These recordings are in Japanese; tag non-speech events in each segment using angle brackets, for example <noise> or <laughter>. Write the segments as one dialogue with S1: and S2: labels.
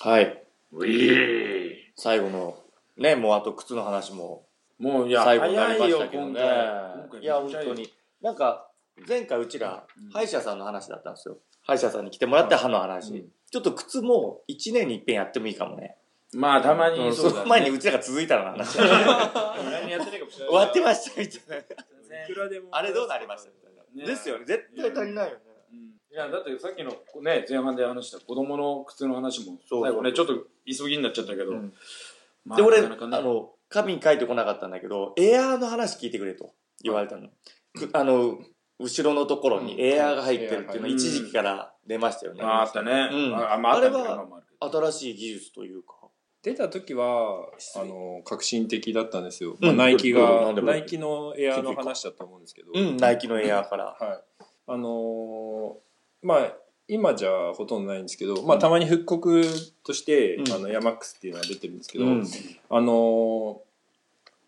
S1: はい。
S2: うい
S1: 最後の、ね、もうあと靴の話も。
S2: もういや
S1: 最後になりましたけどね
S2: 早いよ今回
S1: いや、本当
S2: めっち
S1: に。なんか、前回うちら
S2: うん、
S1: 歯医者さんの話だったんですよ。歯医者さんに来てもらって歯の話。
S2: うん
S1: ちょっと靴も1年に一遍やってもいいかもね。
S2: ゃいいまあたま
S1: う
S2: に
S1: ん
S2: そ
S1: そう
S2: だ
S1: の
S2: ね
S1: 前にうちらが続いたのの話。終
S3: 来年やってないかもしれない
S1: わってましたみたいな。
S3: いくらでも
S1: あれどうなりましたみたいな。
S2: ね
S1: ですよね。絶対足りないよね。
S2: いやだってさっきのね前半で話した子供の靴の話も
S1: そう
S2: 最後ねちょっと急ぎになっちゃったけど、
S1: うん
S2: まあ
S1: で、俺、
S2: なかな
S1: あ
S2: かね
S1: の、紙に書いてこなかったんだけど、エアーの話聞いてくれと言われたの。くあの、後ろのところにエアーが入ってるっていうのは
S2: うん
S1: 一時期から出ましたよね。
S2: まああったね、
S1: うん
S2: あまああったんだけ
S1: あ
S2: ど
S1: れは
S2: 今もあるけど
S1: 新しい技術というか。
S3: 出た時はあの革新的だったんですよ、
S1: うん
S3: まあ、ナイキ
S1: どうぞ
S3: が
S1: 何でも
S3: ナイキのエアの話だと思うんですけど、
S1: うん、ナイキのエアーから。
S3: はい、あのーまあ今じゃほとんどないんですけど、まあ、たまに復刻として、
S1: うん
S3: あのヤマックスっていうのは出てるんですけど、
S1: うん
S3: あの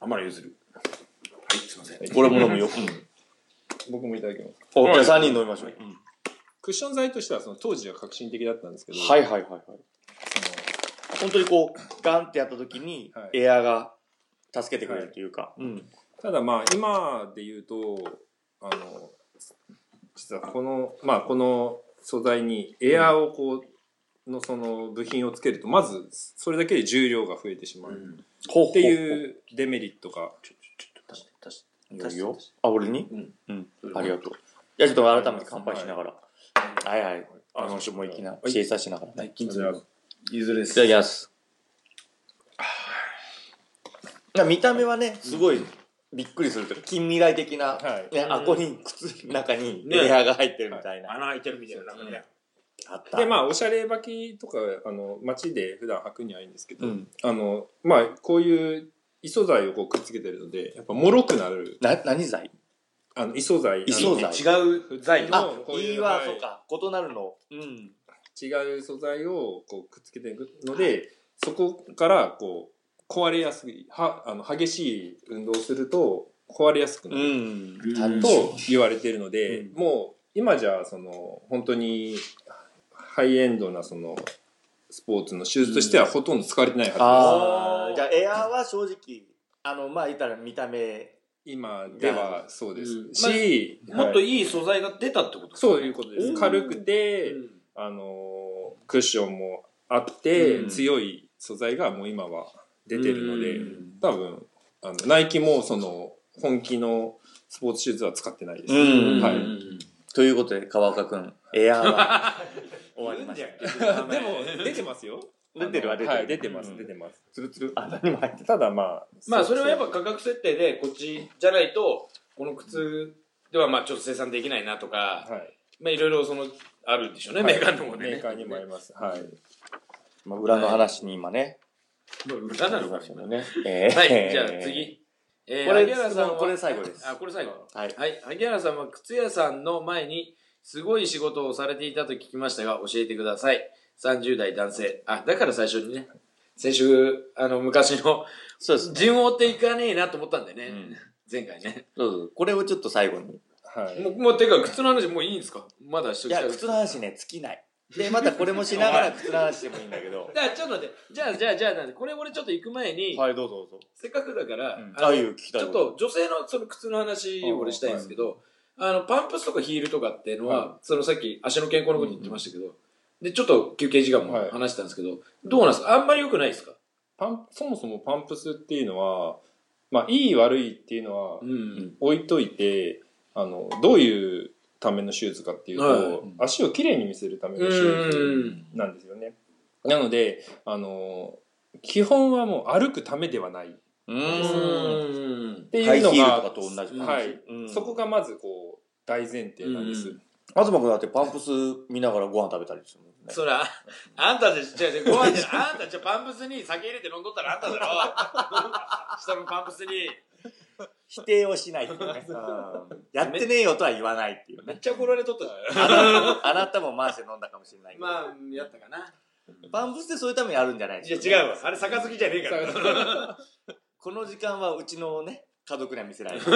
S2: あんまり譲るはいすいません
S3: ー
S1: 俺も飲むよ。
S3: 僕もいただきます
S1: おじゃあ3人飲みましょう。
S3: クッション材としてはその当時は革新的だったんですけど、
S1: はいはいはいはい。
S3: その
S1: 本当にこう、ガンってやった時に
S3: はい、
S1: エアーが助けてくれるというか。うん。
S3: ただまあ今で言うとあの実はこのまあこの素材にエアーをこう、のその部品をつけるとまずそれだけで重量が増えてしまう
S2: う
S3: っ
S2: ん
S1: ほ
S3: て
S1: う。
S3: いうデメリットが、
S1: いいよいいよ。あ、俺に
S2: うん
S1: うん。ありがとう。じゃあちょっと改めて乾杯しながら。はいはい。あの人もいきな、小さしながらね。
S2: 最近じゃあ譲るで
S1: い
S2: す
S1: ただきます。なんか見た目はね、すごいびっくりするというか、近未来的な、
S3: はい
S1: ね、アコに靴の中にエアーが入ってるみたいな。
S2: 穴開いてるみたいななんかね
S1: あった。
S3: でまあおしゃれ履きとかあの街で普段履くにはいいんですけど、
S1: うん。
S3: あのまあこういう異素材をこうくっつけてるのでやっぱ脆くなる
S1: な、何剤
S3: あの異素材
S1: 異素材
S2: 違う材
S3: で
S2: 料
S3: も
S1: あ
S3: こ、ういう
S1: いいわ、
S3: はい
S1: そうか。異なるの。うん。
S3: 違う素材をこうくっつけていくのでそこからこう壊れやすいはあの激しい運動をすると壊れやすくなる
S1: ん
S2: うん
S3: と言われているので、
S1: うん
S3: もう今じゃその本当にハイエンドなそのスポーツのシューズとしてはほとんど使われてないは
S1: ああ。じゃあ、エアーは正直、あの、まあ、言ったら見た目。
S3: ずです今ではそうです、
S2: うん
S3: し、
S2: もっと
S3: はい
S2: い素材が出たってこと
S3: そういうことで
S1: う
S3: す
S1: ん
S3: 軽くて、
S2: うん
S3: あのクッションもあって、
S1: うん
S3: 強い素材がもう今は出てるので、
S2: うん
S3: 多分あのナイキもその本気のスポーツシューズは使ってないです、
S1: うん
S3: はい
S2: うん
S1: ということで、川岡くん、エアー <laughs> は終わりました。 <laughs>
S2: <laughs>
S3: でも出てますよ
S1: 出てるは出てる
S3: はい、出てます、
S1: うん
S3: 出てます
S1: つるつる。あ、何も入って
S3: ただまあ
S2: まあそれはやっぱ価格設定でこっちじゃないとこの靴ではまあちょっと生産できないなとか、
S3: はい
S2: まあいろいろそのあるんでしょうね、
S3: はい
S2: メーカーのもね
S3: メーカーにもあります、はい
S1: まあ、裏の話に今ね。
S2: まあ歌なのかもしれない
S1: ね。えー
S2: はいじゃあ次、えー、
S1: これ、
S2: 萩原
S1: 質
S2: さんは
S1: 問これ最後です。
S2: あこれ最後
S1: はい。
S2: はい萩原さんは靴屋さんの前にすごい仕事をされていたと聞きましたが教えてください30代男性あだから最初にね先週あの昔の
S1: そうですね。
S2: 順を追っていかねえなと思ったんだよね、
S1: うん
S2: 前回ね
S1: そうそう。これをちょっと最後に。
S3: はい
S2: もうもうてか靴の話もういいんですかまだしと
S1: い
S2: きた
S1: や、靴の話ね、尽きない。で、またこれもしながら靴の話でもいいんだけど。
S2: だからちょっと待ってじゃあじゃあじゃあなんでこれ俺ちょっと行く前に、
S1: はい、どうぞどうぞ。
S2: せっかくだから、
S1: うん
S2: の
S1: あいいよ聞きたい
S2: ちょっと女性のその靴の話を俺したいんですけどあ、のパンプスとかヒールとかっていうのは、そのさっき足の健康のこと言ってましたけど、でちょっと休憩時間も
S3: はい
S2: 話したんですけど、どうなんですかあんまり良くないですか
S3: パンそもそもパンプスっていうのはまあいい悪いっていうのは
S2: うん
S3: 置いといてあのどういうためのシューズかっていうと、
S2: はい
S3: 足をきれいに見せるため
S2: う
S3: のシューズ
S2: ん
S3: なんですよね、なのであの基本はもう歩くためではないっ
S1: う
S2: うん
S1: ん。
S3: てい
S1: ハイ
S3: う
S1: ヒール
S3: の
S1: と
S3: が
S1: かと同じ感じ。
S3: はい
S1: うん
S3: そこがまずこう大前提なんです、
S2: うん
S1: 東君だってパンプス見ながらご飯食べたりするもんね。
S2: そら、あんたで、じゃあ、ご飯じゃないあんた、じゃあパンプスに酒入れて飲んどったらあんただろ。下のパンプスに。
S1: 否定をしないって <laughs> いうね。うんやってねえよとは言わないっていう
S2: めっ
S1: ね。
S2: ちゃ怒られとったじゃん。
S1: あなあなたも回して飲んだかもしれないけど。
S2: まあ、やったかな。
S1: パンプスってそういうためにあるんじゃない
S2: いや、違うわ。あれ、杯じゃねえから。
S1: この時間はうちのね、家族に <laughs> は見せられない。
S2: そう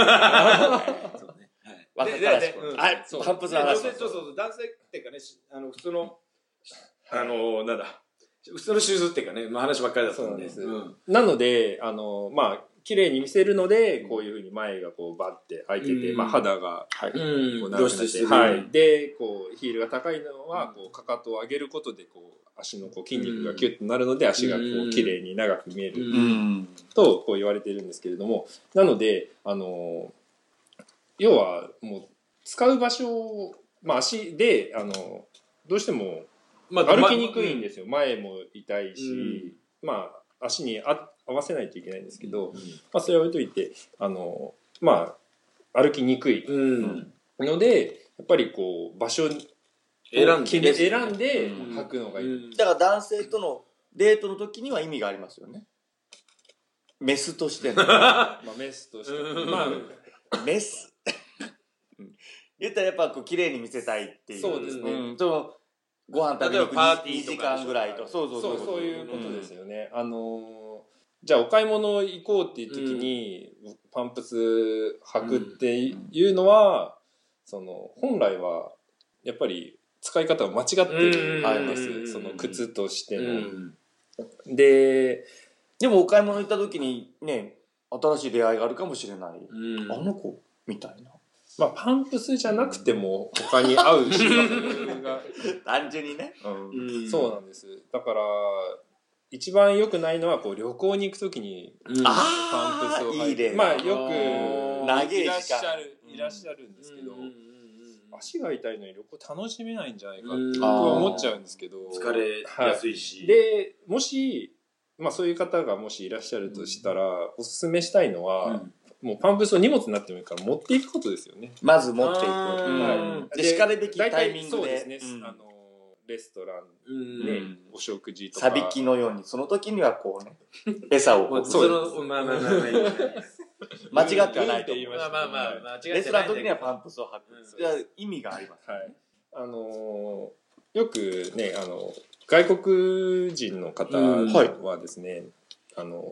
S2: ね。
S1: 若か
S2: でで
S1: ら
S2: で
S1: しく
S2: うん
S1: はい
S3: そう、
S1: パンプスの
S2: 男
S1: 話
S2: 性、そうそうそう、男性っていうかね、しあの、普通の、あの、なんだ、その手術っていうかね、まあ、話ばっかりだったんで。
S3: そう
S2: う
S3: なん
S2: ん
S3: <laughs> なので、あの、まあ、綺麗に見せるので、こういうふうに前がこうバッて開いてて、
S2: うん
S3: まあ肌が、はい。
S2: う、
S3: こうん長く
S2: 露
S3: なって
S2: 出してる。
S3: はい。で、こう、ヒールが高いのは、こう、かかとを上げることで、こう、足のこう筋肉がキュッとなるので、足がこ
S2: うん
S3: う、綺麗に長く見え
S2: う。
S3: る
S1: うんん。
S3: と、こう言われてるんですけれども、なので、あの、要は、もう、使う場所を、まあ、足で、あの、どうしても、
S2: ま
S3: 歩きにくいんですすよ。前も痛いし、まあ、足にあ合わせないといけないんですけど、まあ、それは置いといて、あの、まあ、歩きにくい
S2: うん。
S3: ので、やっぱりこう、場所を
S2: 選んで。
S3: 決め選んで
S1: うん
S3: 履くのがいい。
S1: だから男性とのデートの時には意味がありますよね。メスとしての。 <laughs>
S3: まあ、メスとして、
S2: うん
S3: まあ、
S1: メス。言ったらやっぱこう綺麗に見せたいっていう。
S3: そうですね
S1: んそのご飯食べに行く
S2: 例えばパーティー
S1: 2時
S2: とかでしょ
S1: 間ぐらいと。そうそう
S3: そう、
S1: そ
S3: そ
S1: う
S3: ういうことですよね。あの、じゃあお買い物行こうっていう時に、パンプス履くっていうのは、その、本来は、やっぱり、使い方を間違ってるんです、
S2: うん
S3: その靴として
S2: う
S3: の、
S2: ん。
S3: で
S1: でもお買い物行った時にね、新しい出会いがあるかもしれない。
S2: うん
S1: あの子みたいな。
S3: まあ、パンプスじゃなくても他に合うシュが、
S1: 単純にね。
S2: うん
S3: そうなんですだから一番良くないのはこう旅行に行くときに
S2: うん
S3: パンプ
S1: あ
S3: スを
S1: あ
S3: 履
S1: いい
S3: いて
S1: 例。
S3: まあ
S1: あ
S3: よく
S1: 長い時間
S3: いらっしゃる
S1: うん
S3: いらっしゃるんですけど、
S2: うんうんうんうん
S3: 足が痛いのに旅行楽しめないんじゃないかって
S2: うん
S3: 僕は思っちゃうんですけど
S2: 疲れやすいし。
S3: でもし、まあ、そういう方がもしいらっしゃるとしたら、おすすめしたいのは、もうパンプスを荷物になってもいいから持っていくことですよね。
S1: まず持っていく。
S2: あー
S1: うんで、しかるべきタイミングで。
S3: そうですね、
S1: うん
S3: あのレストラン
S2: うん
S3: で、
S1: うん
S3: お食事とか
S1: サビキのように、その時にはこうね、餌を
S2: ま
S1: こ
S2: あ、
S1: う
S3: そう
S2: その、まあまあまあまあいいや。
S1: 間違ってはないと
S3: うんって言い
S1: 思う。
S2: まあまあまあ、間違えてない
S1: レストランの時にはパンプスを履
S2: うん
S1: く。いや意味があります。
S3: はいあのーよくねあの外国人の方
S2: うん
S3: はですね、あの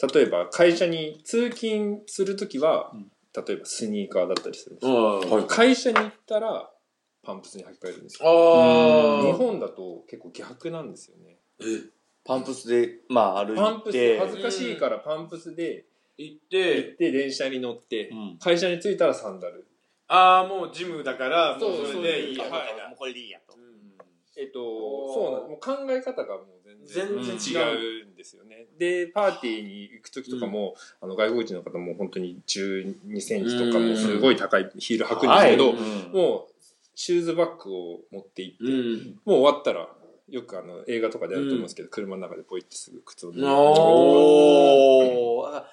S3: ー例えば会社に通勤する時は、
S1: うん
S3: 例えばスニーカーだったりするんですよ、
S2: は
S1: はい
S3: 会社に行ったらパンプスに履き替えるんですよ
S2: ああ。
S3: 日本だと結構逆なんですよね
S1: パンプスで、まあ、歩
S3: パンプ
S1: い
S3: スで
S1: て。
S3: 恥ずかしいからパンプスで
S2: 行っ
S3: 行
S2: て、
S3: って電車に乗って、
S1: うん
S3: 会社に着いたらサンダル
S2: ああ、もうジムだから、も
S3: そうう
S2: それでいいや。
S3: そう
S2: はい
S1: もうこれでいいやと。
S3: えっと、
S2: おー
S3: そうなんもう考え方がもう全然
S1: 全
S2: 然
S3: 違うんですよね。で、パーティーに行く時とかも、あの外国人の方も本当に12センチとか
S2: うん
S3: もうすごい高いヒール履くんです
S1: は
S3: け
S1: い。
S3: ど、
S1: うん
S3: もうシューズバッグを持って行って、
S2: うん。
S3: もう終わったら、よくあの映画とかでやると思うんですけど、車の中でポイってすぐ靴を脱いで
S2: おー
S1: おー。あ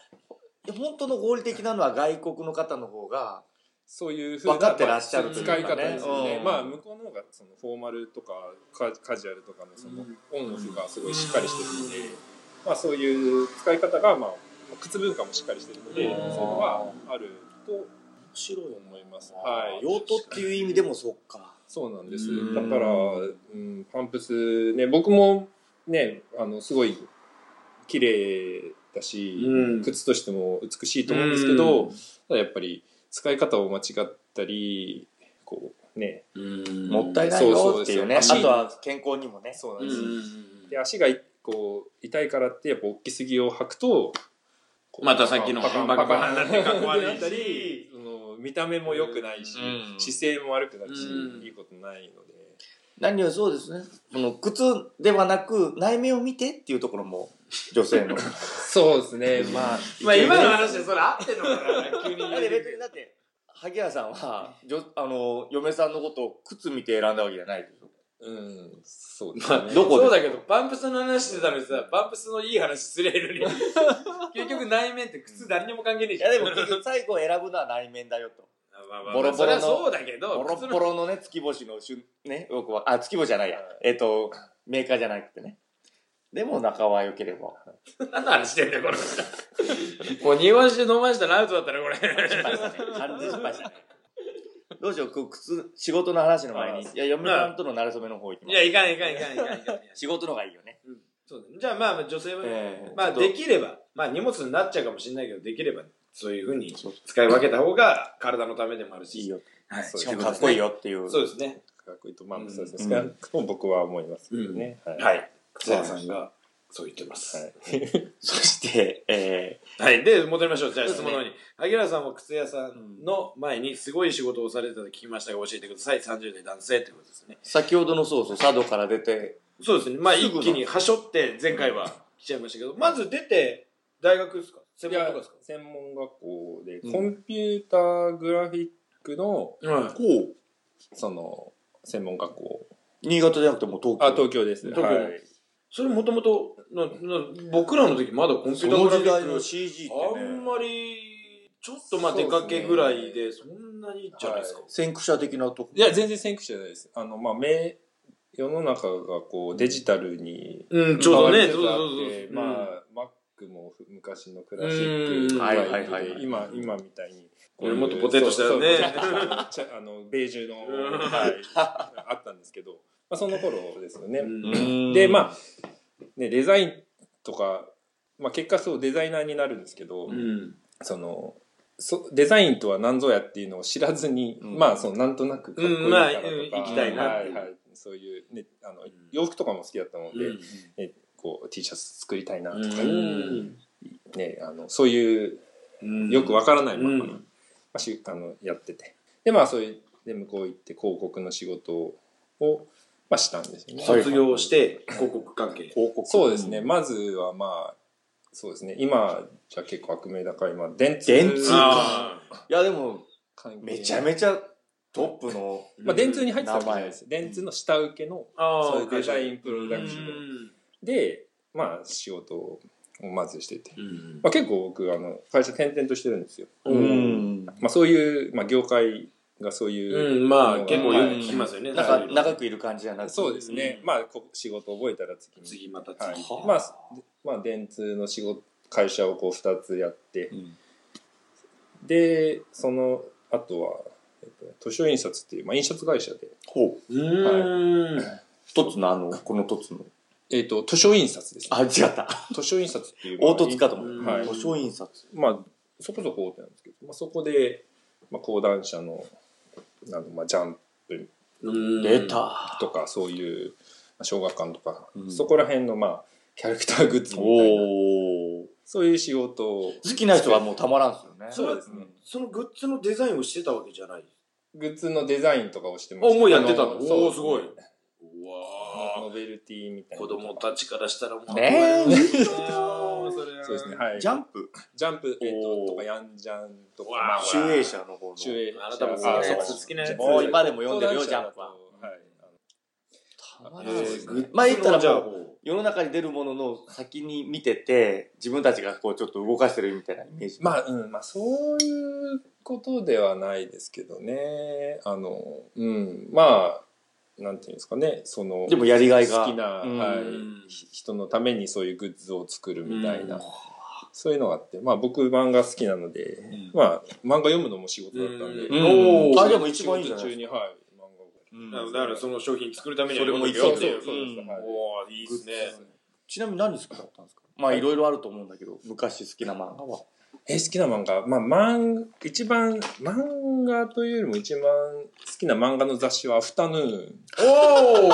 S1: 本当の合理的なのは外国の方の方が、
S3: そういうふうな
S1: 分かってらっしゃる
S3: 使い方ですよね
S1: う。ん
S3: まあ、向こうの方がそのフォーマルとかカカジュアルとかのそのオンオフがすごいしっかりしてるので、まあ、そういう使い方が、まあ、靴文化もしっかりしてるので、そううんいうのはあると面
S1: 白い
S3: 思います。はい。
S1: 用途っていう意味でもそっか。
S3: そうなんです
S2: うん。
S3: だから、うん、パンプスね、僕もね、あの、すごい綺麗だし、
S2: うん
S3: 靴としても美しいと思うんですけど、ただやっぱり使い方を間違ったり、こうね、
S2: うん
S1: もったいないよっていうね。あ
S3: そうそうですよ
S1: とは健康にもね。
S3: そうな
S2: うんん
S3: です。で足がこう痛いからってやっぱ大きすぎを履くとこう
S2: またさっきの
S3: パカン
S2: バ
S3: パ
S2: カ
S3: カ
S2: ン
S3: ン
S2: パカンになってかっこ悪いし
S3: なったりその見た目も良くないし、
S1: うん
S3: 姿勢も悪くなるし、
S2: うん
S3: いいことないので
S1: 何よりそうですね。この靴ではなく、内面を見てっていうところも、女性 <laughs> の。
S3: そうですね
S1: まあ、
S2: まあ今の話でそれ合ってんのかな急に
S1: だって別にだって萩原さんはじょあの嫁さんのことを靴見て選んだわけじゃないでしょ
S3: うんそうですね、
S1: どこで
S2: そうだけど、パンプスの話してたのにさ、パンプスのいい話すれるのに。結局内面って靴誰にも関係ねえ
S1: い
S2: じゃ
S1: や
S2: ん。
S1: でも結局最後選ぶのは内面だよと
S2: まあまあまあ
S1: ボロボロの
S2: それはそうだけど、
S1: ボロ
S2: 靴
S1: ッ
S2: の
S1: ボロのね月星のしゅね僕はあ月星じゃないやえっ、とメーカーじゃなくてねでも仲は良ければ
S2: 何の話してんだよ、この人。もう日本酒飲ましたらアウトだったらこれ。
S1: 失敗したね完全失敗したねどうしようこう靴仕事の話の前にいや嫁さんとの馴れ初めの方行きま
S2: い
S1: す
S2: や、いかんいかんいかんいかんいかん。
S1: 仕事の方がいいよね、
S2: うんそうだねじゃあまあまあ女性は、
S1: ええ
S2: まあ
S1: ちょっと
S2: できれば、まあ荷物になっちゃうかもしれないけど、できればそういうふうに
S1: そう
S2: 使い分けた方が体のためでもあるし。
S1: いいよ
S2: はい、
S3: そう
S1: し
S2: そう
S1: かも
S2: いうこ
S1: かっ
S2: とですね
S1: こいい。よっていう
S2: そうですね。
S3: かっこいいとまあ
S2: うん
S3: そうですね、僕は思いますけどね、はい
S2: はい。靴屋さんがそう言ってます。
S3: はい
S1: そして、え
S2: はい。で、戻りましょう。じゃあ質問の方に。萩原さんも靴屋さんの前にすごい仕事をされてたと聞きましたが、教えてください。30代男性ってことですね。
S1: ー先ほどのそうそう、佐渡から出て、
S2: そうですね。まあ、
S1: すぐ
S2: 一
S1: の
S2: 気にはしょって、前回は来ちゃいましたけど、まず出て、大学ですか専
S3: い
S2: 門と
S3: や
S2: かです
S3: 専門学校で、
S1: うん
S3: コンピューターグラフィックの
S2: かはい。
S1: こう、
S3: その専門学校
S1: 新潟じゃなくてもう東京。
S3: あ東京です
S2: 東京
S3: はい
S2: それもともと、なな僕らの時まだコンピ
S1: そ
S2: ューター
S1: の
S2: グラフ
S1: 時
S2: ィ
S1: 代
S2: ッ
S1: の
S2: ク
S1: CG って
S2: あん
S1: ね、
S2: まり、ちょっとまあ出かけぐらいで、そんなにじゃないですか。
S1: 先駆者的なとこ。
S3: いや全然先駆者じゃないですあのまあ名世の中がこうデジタルに
S2: うん、ちょうどね、
S3: 変
S2: そう
S3: わ
S2: そ
S3: りつつあって
S2: うそう。
S3: ま
S2: まあ、
S3: あ Mac も昔のクラシッ
S2: う
S3: ク
S2: ん
S1: はいはいはい
S3: で今今みたいに
S2: これもっとポテトしたよね
S3: そうそう
S2: <laughs>
S3: ポテトしたあのベージュの
S2: うん
S3: はいあったんですけどまあその頃ですよね
S1: うん
S3: でまあねデザインとかまあ結果そうデザイナーになるんですけど
S2: うん。
S3: そのそデザインとは何ぞやっていうのを知らずに、
S1: うん
S3: まあそのなんとなくかっこいいからとか、
S2: うんまあうん行きたいな
S3: は
S2: ってい
S3: いうはい、そういう、ね、あの
S2: ん
S3: 洋服とかも好きだったので、
S2: うん
S3: ね、こう T シャツ作りたいなとか、
S2: うん
S3: ね、あのそういう
S2: うん
S3: よくわからないまま、
S2: うん
S3: まあ、しあのやっててでまあそういうで向こう行って広告の仕事を、まあ、したんですよね。
S1: はい
S2: 卒業して、広告関係。
S1: 広告。
S3: そうですね、まずはまあそうですね今じゃ結構悪名高い、まあ、電通
S1: 電通
S2: ああ。
S1: いや、でも、
S3: 関係
S1: めちゃめちゃトップの、
S3: まあ、電通に入ってたわ
S1: 名
S3: けじゃない
S1: 前
S3: で。す電通の下請けの
S2: ああ
S3: そういうデザインプロ
S2: う
S3: ダクション
S2: ん
S3: で、まあ、仕事をまずしてて、
S2: うん
S3: まあ、結構僕あの会社転々としてるんですよ、
S2: う
S1: うん。
S3: まあ、そういう、まあ、業界がそういう、
S2: うん、まあ、結構よく聞きますよね。
S1: なんか、長
S2: く。
S1: くいる感じじゃなくて。
S3: そうですね、
S2: うん
S3: まあこ仕事覚えたら次に
S2: 次、また
S3: はい
S2: 次。
S1: は
S3: まあ、まあ電通の仕事会社をこう2つやって
S1: うん
S3: でそのあとは、えっと、図書印刷っていう、まあ、印刷会社で、
S1: ほう。
S2: うーん。
S1: 一つの、あの、この一つの。
S3: えっと、図書印刷ですね
S1: あ、違った。
S3: 図書印刷っていう
S1: 凹凸かと思
S2: う
S1: う。
S3: はい
S1: 図書印刷。
S3: まあ、そこそこ大手なんですけど、まあ、そこで、まあ、講談社の、など、まあ、ジャンプ
S2: うん
S1: 出。た。
S3: とか、そういう、まあ小学館とか、
S1: うん
S3: そこら辺の、まあ、キャラクターグッズみたいな、
S1: おお。
S3: そういう仕事を、
S1: 好きな人はもうたまらんすよね。
S2: そうです
S3: ね
S2: そのグッズのデザインをしてたわけじゃない。
S3: グッズのデザインとかをしてま
S2: あ、もうやってたの
S3: あ
S2: おお
S3: そう
S2: すごい。う
S3: ノ
S2: わ
S3: <laughs> ノベルティみた
S2: ー
S3: いな。
S2: 子供たちからしたらもう。
S1: ねえ
S2: 憧れるよそれ
S3: そうですね、はい。
S1: ジャンプ
S3: ジャンプ、えっ
S1: お
S3: と、
S1: ー
S3: とか、ヤンジャンとか、
S2: わー
S3: まあ
S1: 集英社の方の。
S3: 集英社。
S2: あなたも好き
S1: なやつ
S3: あそう
S2: 好きなやつ
S1: もう今でも読んでるよジャンプは
S3: はい。あ
S1: た
S3: の
S1: ま
S2: あ
S1: らん
S2: ー
S1: っ
S2: そうですす
S1: ね
S2: ね
S1: まあ言ったら
S2: じゃあ
S1: もう、世の中に出るものの先に見てて、自分たちがこうちょっと動かしてるみたいなイメージ。
S3: まあ、うん、まあ、そういうことではないですけどね。あの、うん、まあ、なんていうんですかね、その、
S1: でもやりがいが。
S3: 好きな、
S1: うん
S3: は
S2: うん
S3: い、ひ人のためにそういうグッズを作るみたいな、
S2: うん
S3: そういうのがあって、まあ、僕漫画好きなので、
S1: ん
S3: まあ、漫画読むのも仕事だったんで、
S2: うん
S1: おー
S3: 仕事
S1: あでも一番いいじゃない
S3: 仕事中に、はい、漫画を。
S1: うん
S2: だからだからその商品作るために
S1: それも
S2: い
S1: 生
S2: い
S1: き
S2: よ
S1: て
S2: っていう
S1: る
S3: そうそうそうはい
S2: おおいいですね
S1: ちなみに何好きだったんですかまあいろいろあると思うんだけど、昔好きな漫画は。
S3: えー好きな漫画、まあ、漫一番漫画というよりも一番好きな漫画の雑誌は「アフタヌーン
S2: おお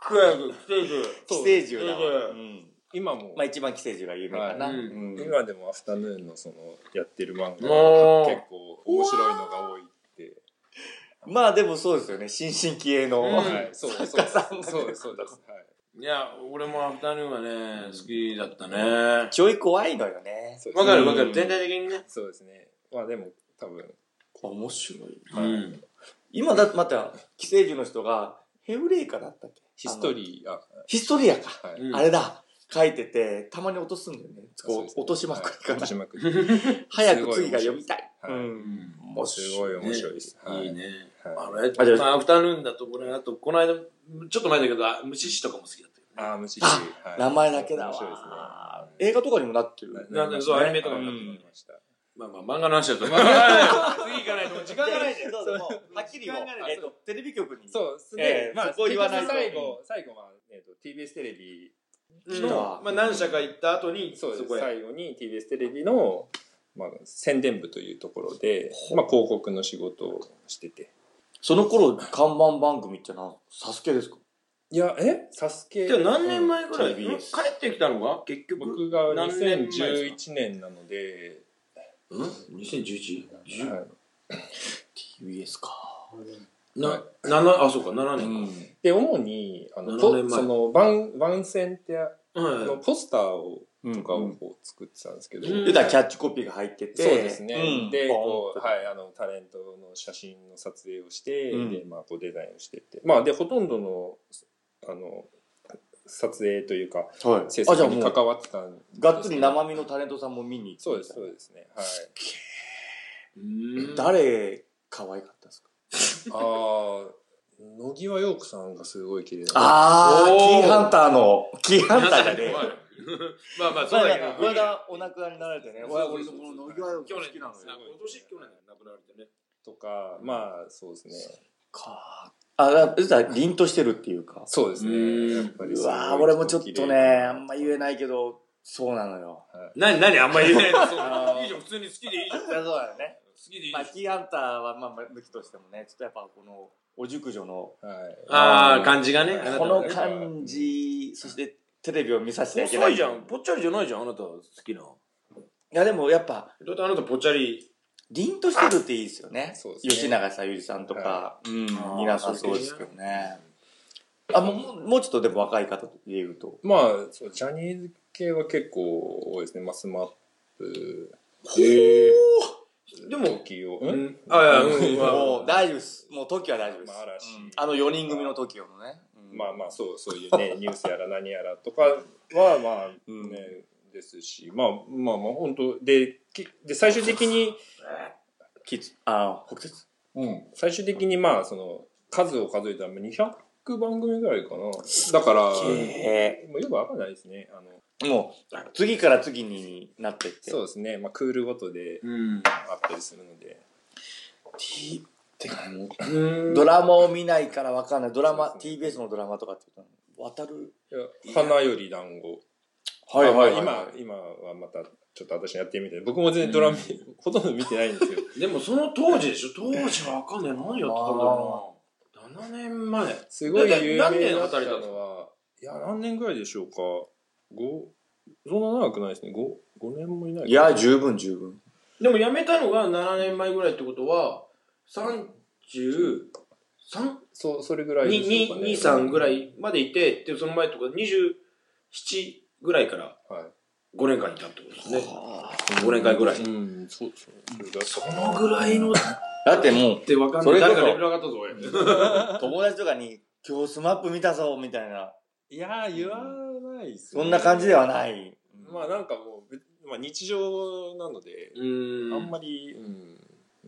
S2: クヤクステージ
S1: 寄生獣だわ。
S2: う
S1: うん」
S3: 今も、
S1: まあ一番寄生獣が有名かな。
S2: はい
S1: うん
S3: 今でも「アフタヌーン」のそのやってる漫画
S2: お
S3: は
S2: ー
S3: 結構面白いのが多いって
S1: まあでもそうですよね、新進気鋭の。
S2: うん
S3: はいそうそうそう
S1: 作家さんが
S3: そうですそうですはい
S2: いや俺もアフタヌーンはね好きだったね
S1: ちょい怖いのよね。
S3: そうです
S2: わかるわか
S3: う
S2: る
S3: ん
S2: 全体的にね
S3: そうですねまあでも多分
S1: 面白い。
S2: うん
S1: 今だってまた、寄生獣の人が、ヘブレイカだったっけ
S3: ヒストリーあ
S1: あのヒストリアか。
S3: はい、
S2: うん
S1: あれだ。書いてて、たまに落とすんだよね。
S3: そう
S1: こ
S3: です
S1: う、落としまく
S3: はい
S1: る
S3: 落
S1: か
S3: とし
S1: ら。
S3: まくり、
S1: 早く次が読みたい。
S3: は
S1: う
S3: い
S1: ん。面
S3: すごい面白いです、はい
S2: いいねあ
S3: はい、
S2: れ
S1: あじゃあ
S2: アフタヌーンだと俺あとこの間ちょっと前だけどあ虫師とかも好きだったよね
S3: ああ虫師、はい
S1: 名前だけだ
S3: 面白いですね
S1: わ。映画とかにもなってる。
S2: なんでそうアニメとか
S1: に
S3: に
S1: な
S3: な
S1: っ
S3: ってて
S1: ま
S3: ました。
S2: まあまあ漫画の話だと次 <laughs> 行かないともう時間がない
S1: じゃん。そうそうもうはっきりもう
S2: 時間がない
S1: えっと、テレビ局に。
S3: そう、すね、
S1: ええ
S3: まあ、
S1: そこ言わないと
S3: 結局最後、最後は、えっ、と、TBS テレビ、
S2: うん
S1: 人は
S2: まあ何社か行った後に
S3: そうです
S2: こへ
S3: 最後に TBS テレビの、まあ、宣伝部というところで、まあ、広告の仕事をしてて。
S1: その頃、看板番組ってのは、サスケですか
S3: いや、えサスケ。
S2: でも何年前くらい、
S1: うん
S2: ん帰
S1: TBS
S2: ってきたのが結局
S3: 僕が
S2: 何年前で
S3: 2011年なので、
S2: うん ?2011?
S3: は
S2: 10
S3: い
S1: TBS か。
S2: な7あそうか7
S3: う
S2: 年か、
S3: んで主にあの
S2: 7年
S3: ポ
S2: 前
S3: その番番宣ってあ
S2: はい
S3: のポスターを
S1: うん
S3: とかをこう作ってたんですけど、
S2: うん
S1: 言うたらキャッチコピーが入ってて。
S3: そうですね、
S1: うん
S3: でこう、
S1: ポンと
S3: はい、あのタレントの写真の撮影をして、
S1: うん
S3: でまあ、こうデザインをしてってまあでほとんどのあの撮影というか
S1: はい。あ、じ
S3: 制
S1: ゃ
S3: 作
S1: あ
S3: に
S1: もう、
S3: 関わってたんですけど
S1: がっつり生身のタレントさんも見に行って
S3: そうですそ
S1: み
S3: うですねはい
S2: う
S1: たいな
S2: ん
S1: 誰、可愛かったですか
S3: ああ野際陽子さんがすごい綺麗だな
S1: あ
S2: お
S1: ー、
S2: ー
S1: キーハンターの、キーハンターがね。
S2: <laughs>
S1: <laughs>
S2: まあまあそ
S1: ま
S2: う
S1: あ
S2: だ
S1: だ
S2: け
S1: か
S2: ど
S1: ら、親がお亡くなりになられてね、
S2: そう
S1: 親
S2: そう
S1: 俺
S2: そう
S1: のこの野際を好
S2: 去年
S1: きなの
S2: 今
S1: よ。
S2: 年去年亡くなられてね
S3: とかまあそうですね
S1: かあ、だから言うたら凛としてるっていうか。
S3: そうです
S2: う
S3: ね
S2: ん
S3: やっぱり
S1: う
S3: すごい
S1: わー俺もちょっと
S3: 綺
S1: ね、
S3: 麗
S1: あんま言えないけど、そうなのよ。
S2: 何何あんまり言え <laughs> ないのそ
S1: あ
S2: う
S1: ー
S2: いいじゃん普通に好きでいいじゃん好
S1: そうだよね。
S2: きでいいじ
S1: ま
S2: ゃ
S1: あ、
S2: ん
S1: キーハンターは、まあ、まあ抜きとしてもね、ちょっとやっぱこの、お熟女の、
S3: はい
S2: ああ感じがねあなた
S1: この
S2: ね
S1: 感じ、そしてテレビを見させてはいけな
S2: 細
S1: い。
S2: いじゃんぽっちゃりじゃないじゃんあなた好きない
S1: や、でもやっぱ、
S2: だってあなたぽっちゃり
S1: 凛としてるっていいですよね。
S3: そうですね
S1: 吉永小百合さんとか、うん
S2: あー、
S1: 皆さんそうですけどね。あ、もうもう、もうちょっとでも若い方で言うと。
S3: まあそうジャニーズ系は結構多いですねマスマップ
S2: へえでも
S3: 時を、
S2: う
S3: うん
S2: んあいやうんまあ
S1: もう大丈夫です。もう時は大丈夫です。
S3: まあ嵐
S1: うんあの4人組の時をのね。うん
S3: まあまあそうそうい
S1: <laughs>
S3: うねニュースやら何やらとかはまあね、
S1: うん
S3: ですしまあまあまあ本当できで最終的に、
S1: キッズ、あー北節。
S3: 最終的にまあその数を数えたら200番組ぐらいかなだからも
S1: へ
S3: うよくわかんないですねあの
S1: ーもう、次から次になってって。
S3: そうですね、まあ、クールごとで
S2: うん
S3: あったりするので
S1: T ってかもう
S2: <laughs> うん
S1: ドラマを見ないからわかんない。ドラマ、
S3: そうで
S1: TBS
S3: す
S1: のドラマとかって言うと、渡る。
S3: いや花より団子
S1: は
S3: まあまあ今今はまたちょっと私やってみて僕も全然ドラマ、ほとんど見てない
S2: <laughs>
S3: んですよ
S2: でもその当時でしょ当時はわかんない何やってたんだろうな7年前
S3: すごい
S2: だって
S3: 有名
S2: 何年
S3: だ
S2: 働
S3: っ
S2: い
S3: た
S2: たんです
S3: のはいや何年ぐらいでしょうか5そんな長くないですね 5, 5年もいない
S1: いや、十分十分。
S2: でも辞めたのが7年前ぐらいってことは、33?2、
S3: そうそれぐらいでしょうかね
S2: 3ぐらいまでいて、で、その前ってことか27ぐらいから
S3: はい
S2: 5年間いたってことですね。
S1: あ
S2: 5年間ぐらい。
S3: うんそうそうそ
S2: このぐらいのっ
S1: ーだってもう、
S2: てわかんない。
S1: それ
S2: 誰
S1: こそ
S2: かレベル上がったぞ、俺。
S1: 友達とかに、今日スマップ見たぞ、みたいな、
S3: いやー言わないっすね
S1: そんな感じではない。
S3: まあなんかもう、べまあ、日常なので、
S2: うー
S3: あ
S2: ん
S3: んまり、うん、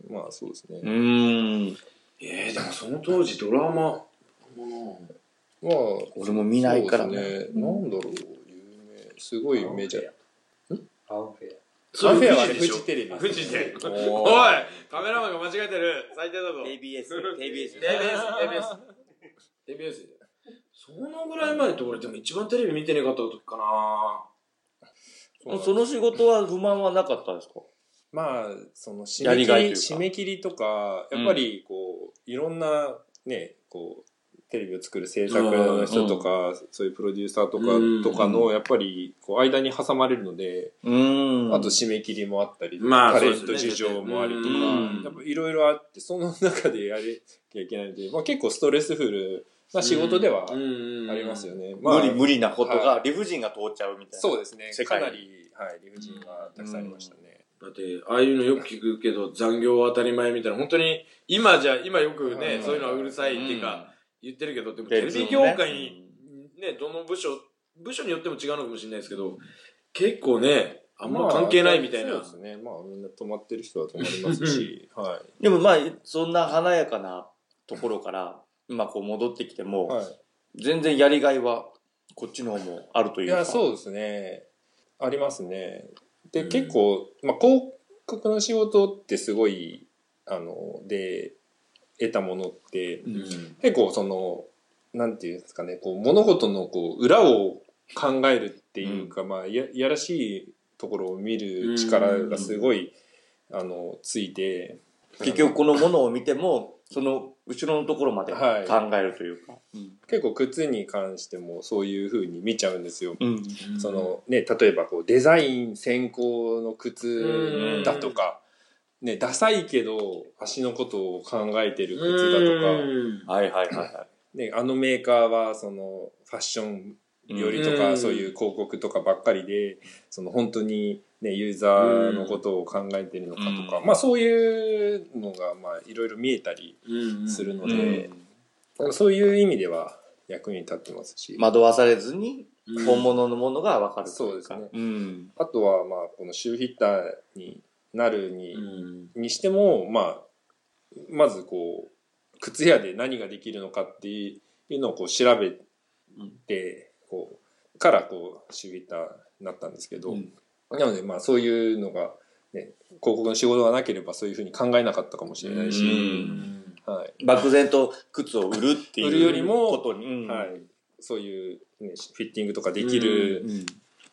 S3: まあそうですね、
S1: うーん。
S2: えー、でもその当時ドラマ。うん
S3: まあ
S1: 俺も見ないから
S3: そう
S1: ね。
S3: ですねなんだろう有名すごいメジャー
S4: アンフェ
S2: それ
S3: アンフェアはね
S2: でしょ
S3: フジテレビ
S2: フジテレビ。
S1: お
S2: お
S1: ー
S2: いカメラマンが間違えてる最低だぞ。
S1: TBS、
S2: TBS
S1: TBS。
S2: TBS そのぐらい前って俺でも一番テレビ見てなかった時かな
S3: そうなんです
S1: その仕事は不満はなかったですか
S3: まあその締
S1: や
S3: め
S1: り
S3: 切
S1: がいと
S3: り
S1: いうか
S3: 締め切りとかやっぱりこう、いろんなねこうテレビを作る制作の人とか、そういうプロデューサーとか、
S2: うん
S3: とかのやっぱりこう間に挟まれるので、
S1: うーん。
S3: あと、締め切りもあったり、
S2: まあ
S3: タレ
S2: そ
S3: ン
S2: う
S3: ト
S2: ですね
S3: 事情もありとか、
S1: うん
S3: やっぱいろいろあってその中でやれなきゃいけないので、まあ、結構ストレスフルな仕事ではありますよ
S2: ね
S3: ね。まあ
S1: 無理無理なことが、理不尽が通っちゃうみたいな。
S3: そうですね
S1: 世
S3: か
S1: 界
S3: なり、はい、理不尽がたくさんありましたね。
S2: だってああいうのよく聞くけど残業は当たり前みたいな本当に今じゃ今よくね、
S3: うん
S2: そういうのはうるさいっていうか、言ってるけどでもテレビ
S1: 別
S2: 業
S1: のね
S2: 界にねどの部署部署によっても違うのかもしれないですけど結構ねあんま関係ないみたいな、
S3: まあそうですね。まあみんな泊まってる人は泊まりますし、は
S1: うんでもまあ、そんな華やかなところから、今こう戻ってきて
S3: い。
S1: も、
S3: は
S1: 全然やりがいは、こっちの方もあると
S3: い。
S1: い
S3: いう
S1: か。
S3: や、そうですね。ありますね。で、
S2: うん
S3: 結構、まあ広告の仕事ってすごい、あの、で、得たものって、
S1: うん
S2: うん
S3: 結構その、なんていうんですかね、こう物事のこう裏を考えるっていうか、まあや、やらしいところを見る力がすごい、あの、ついて、
S1: 結局このものを見ても、その後ろのところまで考
S3: は
S1: え
S3: い
S1: るというか。
S3: 結構靴に関してもそういう風に見ちゃうんですよ。
S1: うん。
S3: そのね、例えばこうデザイン先行の靴だとか、ね、ダサいけど足のことを考えてる靴だとか、
S1: はいはいはいは
S3: ね、あのメーカーはそのファッション
S1: い。
S3: より
S1: うん
S3: と
S2: う
S3: か
S2: ん
S3: そういう広告とかばっかりでその本当に、ね、ユーザーのことを考えてるのかとか、
S1: うん
S3: まあ、そういうのがまあいろいろ見えたり
S2: うん
S3: するの
S1: うん
S3: で、なんかそういう意味では役に立ってますし、
S1: 惑わされずに
S2: うん
S1: 本物のものが分かるといか
S3: そうです
S1: うん。
S3: あとはまあこのシューフィッターになるに、
S2: うん
S3: にしても、まあ、まずこう靴屋で何ができるのかっていうのをこう調べてこうからこうシューフィッターになったんですけど、
S1: うん
S3: なのでまあそういうのが、ね、広告の仕事がなければそういうふうに考えなかったかもしれないし、
S2: うん
S3: はい
S1: 漠然と靴を売るっていう。
S3: 売るよりも
S1: ことに。うん
S3: はい、そういう、ね、フィッティングとかできる、
S1: うん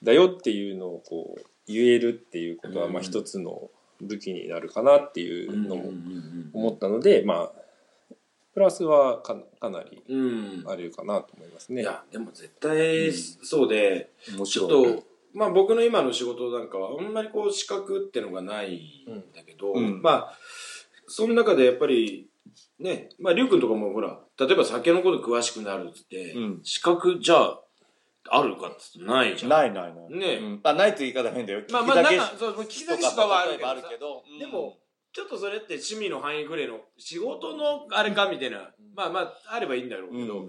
S3: だよっていうのをこう言えるっていうことはまあ
S2: うん
S3: 一つの武器になるかなっていうの
S2: う
S3: も
S2: ん
S3: 思ったので、まあプラスはかかなり
S2: うん
S3: あれかなと思います
S2: い
S3: ね。
S2: やでも絶対そうで
S1: 面
S2: ちょ
S1: 白
S2: っ
S1: い。
S2: とまあ僕の今の仕事なんかはあんまりこう資格ってのがないんだけど
S1: うん
S2: まあその中でやっぱりねまあ龍君とかもほら例えば酒のこと詳しくなるっつって
S1: うん
S2: 資格じゃああるかっつってないじゃん
S1: ないないない。
S2: ね
S1: うんあ、ないという言い方変だよ。
S2: まあまあ
S1: 聞きだ
S2: な
S1: け
S2: んかそう聞き出し場はあるけどさ
S1: ど
S2: でも、ちょっとそれって趣味の範囲ぐらいの仕事のあれかみたいな、まあまああればいいんだろう
S1: う
S2: けど、
S1: ん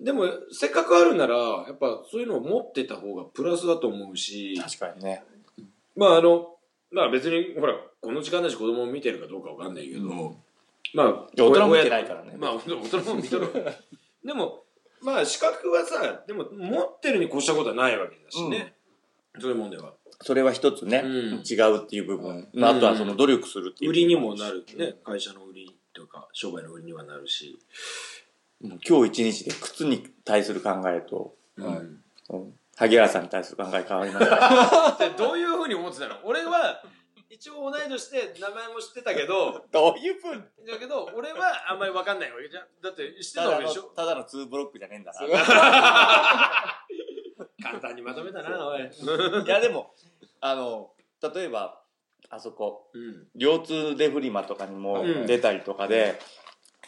S2: でもせっかくあるならやっぱそういうのを持ってた方がプラスだと思うし
S1: 確かにね。
S2: まああのまあ別にほらこの時間だし子供を見てるかどうかわかんないけど、まあ
S1: いや大人も見てないからね
S2: まあ大人も見とるでもまあ資格はさでも持ってるに越したことはないわけだしね、そういうもんでは
S1: それは一つね、
S2: うん
S1: 違うっていう部分。まあ、あとはその努力するっていう。
S2: 売りにもな。るね会社の売りとか商売の売りにはなるし、
S1: 今日一日で靴に対する考えと、
S2: う
S3: はい
S2: ん
S1: うん萩原さんに対する考え変わりました。
S2: でどういうふうに思ってたの俺は一応同い年で名前も知ってたけど
S1: どういうふうに
S2: だけど俺はあんまり分かんないわけじゃんだって知って
S1: た
S2: たわ
S1: だ
S2: けで
S1: の
S2: しょ、
S1: ただの2ブロックじゃねえんだな。
S2: 簡単にまとめたなおい、
S1: いやでも <laughs> あの例えばあそこ
S2: うん、
S1: 腰痛でフリマとかにも
S2: うん
S1: 出たりとかで、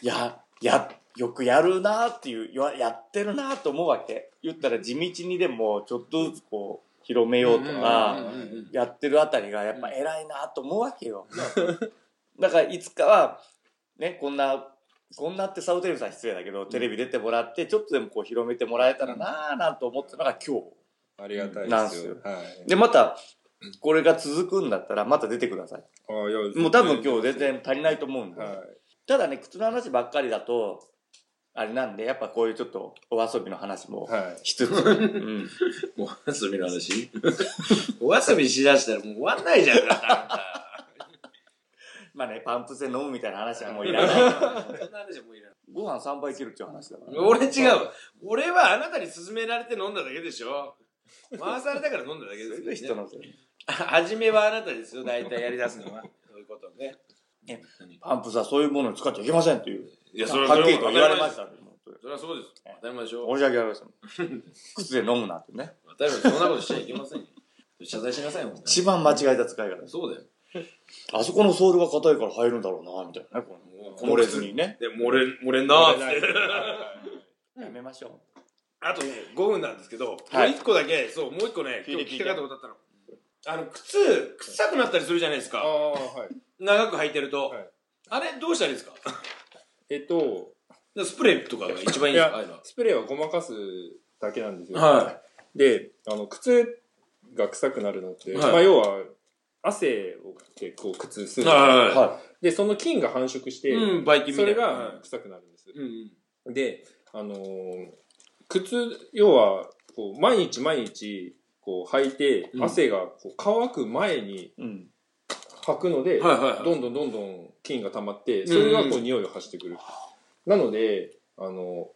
S1: いややよくやるなっていうややってるなと思うわけ言ったら地道にでもちょっとずつこう広めようとか、
S2: うんうんうんうん
S1: やってるあたりがやっぱ偉いなと思うわけ <laughs> よ、だからいつかはねこんなこんなってサウテレビさん失礼だけど、テレビ出てもらってちょっとでもこう広めてもらえたらなあなんて思ったのが今日。
S3: ありがたい
S1: なん
S3: ですす
S1: よ
S3: よ。はい、
S1: でまたこれが続くんだったらまた出てください
S3: あいや
S1: もう多分今日全然足りないと思うんで、
S3: は
S1: ただね靴の話ばっかりだとあれなんでやっぱこういうちょっとお遊びの話も
S3: い、はい、
S1: し <laughs> つつ、うん
S2: お遊びの話お遊びしだしたらもう終わんないじゃんだってあ
S1: まあねパンプスで飲むみたいな話はもうい
S2: ん
S1: ら <laughs> ない
S2: たそんな話もういらない
S1: ご飯3杯いけるっていう話だから
S2: 俺違うわ俺はあなたに勧められて飲んだだけでしょ回されたから飲んだだけですよ
S1: それ
S2: ね
S1: で人のせい
S2: 初めはあなたですよ、大体やり出すのは。そういうことね。
S1: え
S2: 何
S1: パンプスはそういうものに使っちゃいけませんという
S2: いや、それは
S1: はっきりと言われまし
S2: す。
S1: たんで本当に
S2: それはそうです。当たり前でしょ。
S1: 申し訳ありません靴で飲むなんてね
S2: 当たり前そんなことしちゃいけませんよ。謝罪しなさいもん。
S1: 一番間違えた使い方です
S2: そうだよ。
S1: あそこのソールが硬いから入るんだろうなみたいなねこの
S2: もう
S1: こぼれず。にね
S2: で、漏れ、漏れんなーっつっ
S3: はい
S2: て。
S1: やめましょう
S2: あとね、5分なんですけど、
S1: はい
S2: もう1個だけ、そう、もう1個ね、今日聞きたかったことあったの。あの、靴、臭くなったりするじゃないです
S3: あ
S2: か。
S3: あはい。
S2: 長く履いてると
S3: はい。
S2: あれ、どうしたらいいですかだか
S3: えっと
S2: らスプレーとかが一番いいんですかああいうのは
S3: スプレーはごまかすだけなんですよ。、
S2: はい
S3: であの靴が臭くなるのって、
S2: はい
S3: まあ、要は汗をかいてこう靴吸うじゃないですか
S2: は
S1: は
S3: でその菌が繁殖して、
S2: い。うん、バイキンみた
S3: そ
S2: いな
S3: れが臭くなるんです、
S2: うん。
S3: であのー靴要はこう毎日毎日こう履いて
S2: うん
S3: 汗がこう乾く前に
S1: い。うん。
S3: 履くので、
S2: はいはいはい
S3: どんどんどんどん菌が溜まってそれがこう匂いを発してくる、なのであの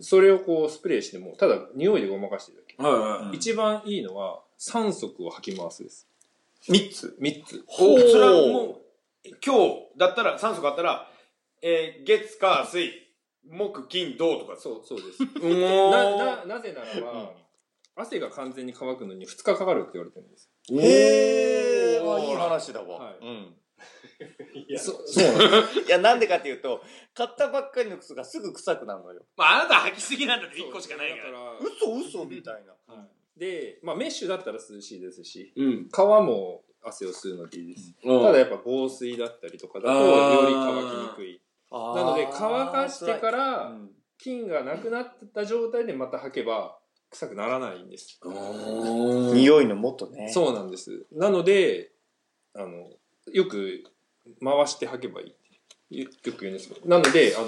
S3: それをこうスプレーしてもただ匂いでごまかしてるだけ、
S2: はいはいはい。
S3: 一番いいのは3足を履き回すです
S1: 三つ。
S3: 3つ
S2: ほう。それはも今日だったら、酸素買ったら、えー月、火、水、木、金、銅とか。
S3: そう、そうです。
S2: うお
S3: <laughs> な、な、なぜならば、汗が完全に乾くのに2日かかるって言われてるんです。
S1: へえ、
S2: おー
S1: まあいい話だわ。
S3: はい
S1: うん。
S4: いや
S3: そそうなんです。
S1: いや、なんでかっていうと、買ったばっかりの靴がすぐ臭くなるのよ。
S2: まあ、あなた履きすぎなんだって1個しかないから。
S3: だら
S1: 嘘嘘みたいな。、
S3: で、まあ、メッシュだったら涼しいですし、
S2: うん。
S3: 皮も汗を吸うのでいいです。ただやっぱ防水だったりとかだと、
S2: あー
S3: より乾きにくい。なので、乾かしてからら、菌がなくなった状態でまた履けば、臭くならないんです。
S1: うん
S2: 匂い。
S1: 匂いのもとね。
S3: そうなんです。なので、あの、よく回して履けばいいって。よよく言うんですよ。なので、あの、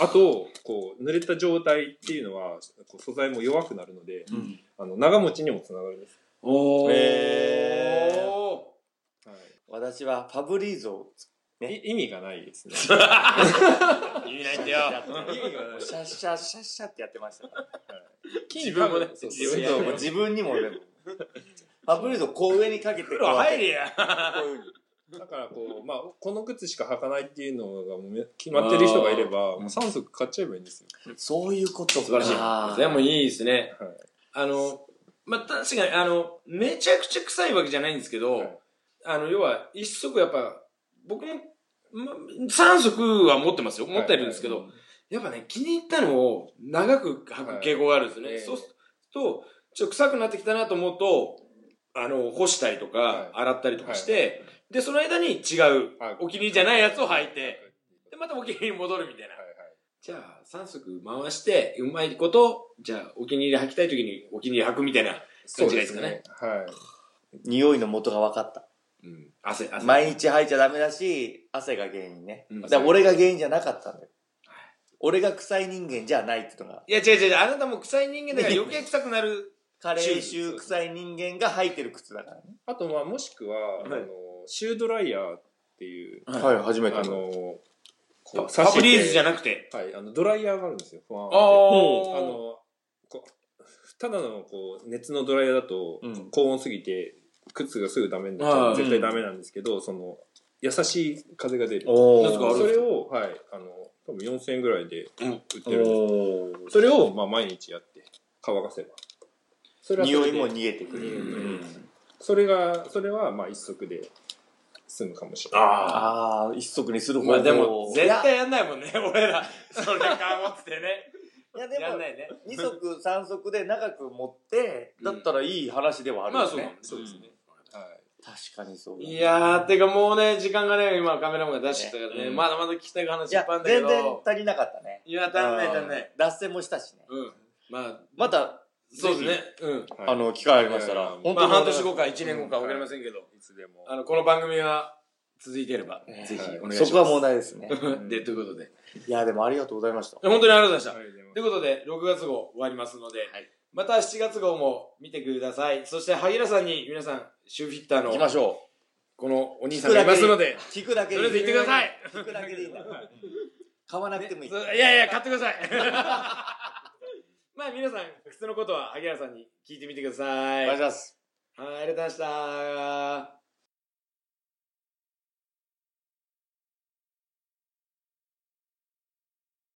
S3: あと、こう、濡れた状態っていうのは、こう素材も弱くなるので、
S1: うん。
S3: あの、長持ちにもつながるんです。
S2: おー。
S1: へー
S3: は
S1: 私はファブリーズを
S3: い、い意味がないですね。
S2: 意味ないんだよ。
S1: シャッシャッシャッシャッってやってましたから。
S2: 自分もね
S3: そう
S2: 自
S3: そう
S2: 分
S1: そうもう自分にも俺も。ファブリーズをこう上にかけて。
S2: 黒入れや。
S1: こういうふうに
S3: だからこう、まあ、この靴しか履かないっていうのがもうめ決まってる人がいれば、もう3足買っちゃえばいいんですよ。
S1: <laughs> そういうことか。
S2: 素晴らしい。でもいいですね。
S3: はい
S2: あの、まあ、確かに、あの、めちゃくちゃ臭いわけじゃないんですけど、
S3: はい
S2: あの、要は、一足やっぱ、僕も、ま、三足は持ってますよ。持ってるんですけど、
S3: はいは
S2: やっぱね、気に入ったのを長く履く傾向があるんですよね。
S3: はい
S2: そうすると、ちょっと臭くなってきたなと思うと、あの、干したりとか、
S3: はい
S2: 洗ったりとかして、
S3: は
S2: で、その間に違う、
S3: はい
S2: お気に入りじゃないやつを履い
S3: はい
S2: て、で、またお気に入りに戻るみたいな。
S3: はいはい
S2: じゃあ、三足回して、うまいこと、じゃあ、お気に入り履きたいときに、お気に入り履くみたいな。
S3: そう
S2: 違い
S3: で
S2: です
S3: す
S2: かね
S3: ね。はい。
S1: 匂いの元が分かった。
S2: うん。汗、汗。
S1: 毎日吐いちゃダメだし、汗が原因ね。
S2: うん
S1: だから俺が原因じゃなかったんだよ。俺が臭い人間じゃないっていうのが。
S2: いや、違う違う違う、あなたも臭い人間だから余計臭くなる。
S1: 加齢臭臭い人間が履いてる靴だからね。、
S3: あと、まあ、もしくは、
S2: はい
S3: あの、シュードライヤーっていう、
S2: はい
S1: 初め
S3: あの、
S2: ファブリーズじゃ
S3: な
S2: なくて。
S3: はい、あの、ドライヤーがあるんですよ。ふわーん
S2: あ
S3: って
S2: ー
S3: あの、こうただのこう熱のドライヤーだと
S1: うん
S3: 高温すぎて靴がすぐダメになっちゃ
S2: あ
S3: う
S2: ー
S3: 絶対ダメなんですけど、その優しい風が出る
S1: お
S2: なんかある
S3: それを、はい、あの多分4000円ぐらいで
S2: うん
S3: 売ってるんです、それを、まあ、毎日やって乾かせばそれはそ
S1: 匂
S3: れ
S1: いも
S3: で
S1: 逃げてくる。
S2: うん
S3: それがそれはまあ一足で済むかもしれない
S2: ああ。
S1: ああ、一足にする方法
S2: まあでも、絶
S1: いや
S2: 対やんないもんね、 <laughs> 俺ら。それ買おうっつってね。
S1: いや
S2: や
S1: で
S2: ん
S1: も
S2: な、いね。
S1: 二足三足で長く持って、
S2: <laughs> うん
S1: だったらいい話ではある
S2: まあ
S1: よ
S2: そう
S1: ね。
S2: そうですね。
S3: はい
S1: 確かにそうだ。
S2: いやー、てかもうね、時間がね、今カメラマンが出してたからね、
S1: うん
S2: まだまだ聞きたい話
S1: い
S2: いっ
S1: や
S2: ぱいあるんだけ
S1: 全然
S2: ど。
S1: 足りなかったね。
S2: いや、足んない足んない。
S1: うん。脱線もしたしね。
S2: うん。まあ、
S1: また、
S2: そうですね。うん。
S3: はい
S1: あの、機会ありました
S3: いやい
S1: ら
S3: や、
S1: 本
S2: まあ、半
S1: 当に
S2: 年後か1年後か分かりませんけど、
S3: いつでも
S2: あのこの番組が続いていれば、
S1: ね
S2: ぜひお願いしま
S1: そ
S2: す。
S1: こは問題です
S2: <laughs>
S1: ね。
S3: 題
S2: で、ということで。
S1: いや、でもありがとうございました。
S2: 本当にありがとうございまし
S3: ありがとうございます
S2: た。ということで、6月号終わりますので、
S1: い
S2: また7月号も見てください。そして、萩原さんに皆さん、シューフィッター
S1: 行きま
S2: の、
S1: しょ
S2: このお兄
S1: う。
S2: さんがいますので、
S1: 聞くだけ
S2: とりあえず行ってください。
S1: 聞くだけでいいんだ。買わなくてもいい。
S2: いやいや、買ってください。 <laughs> まあ、皆さん、靴のことは萩原さんに聞いてみてください。
S1: お願いし
S2: はい、
S1: ます。
S2: ありがとうございました。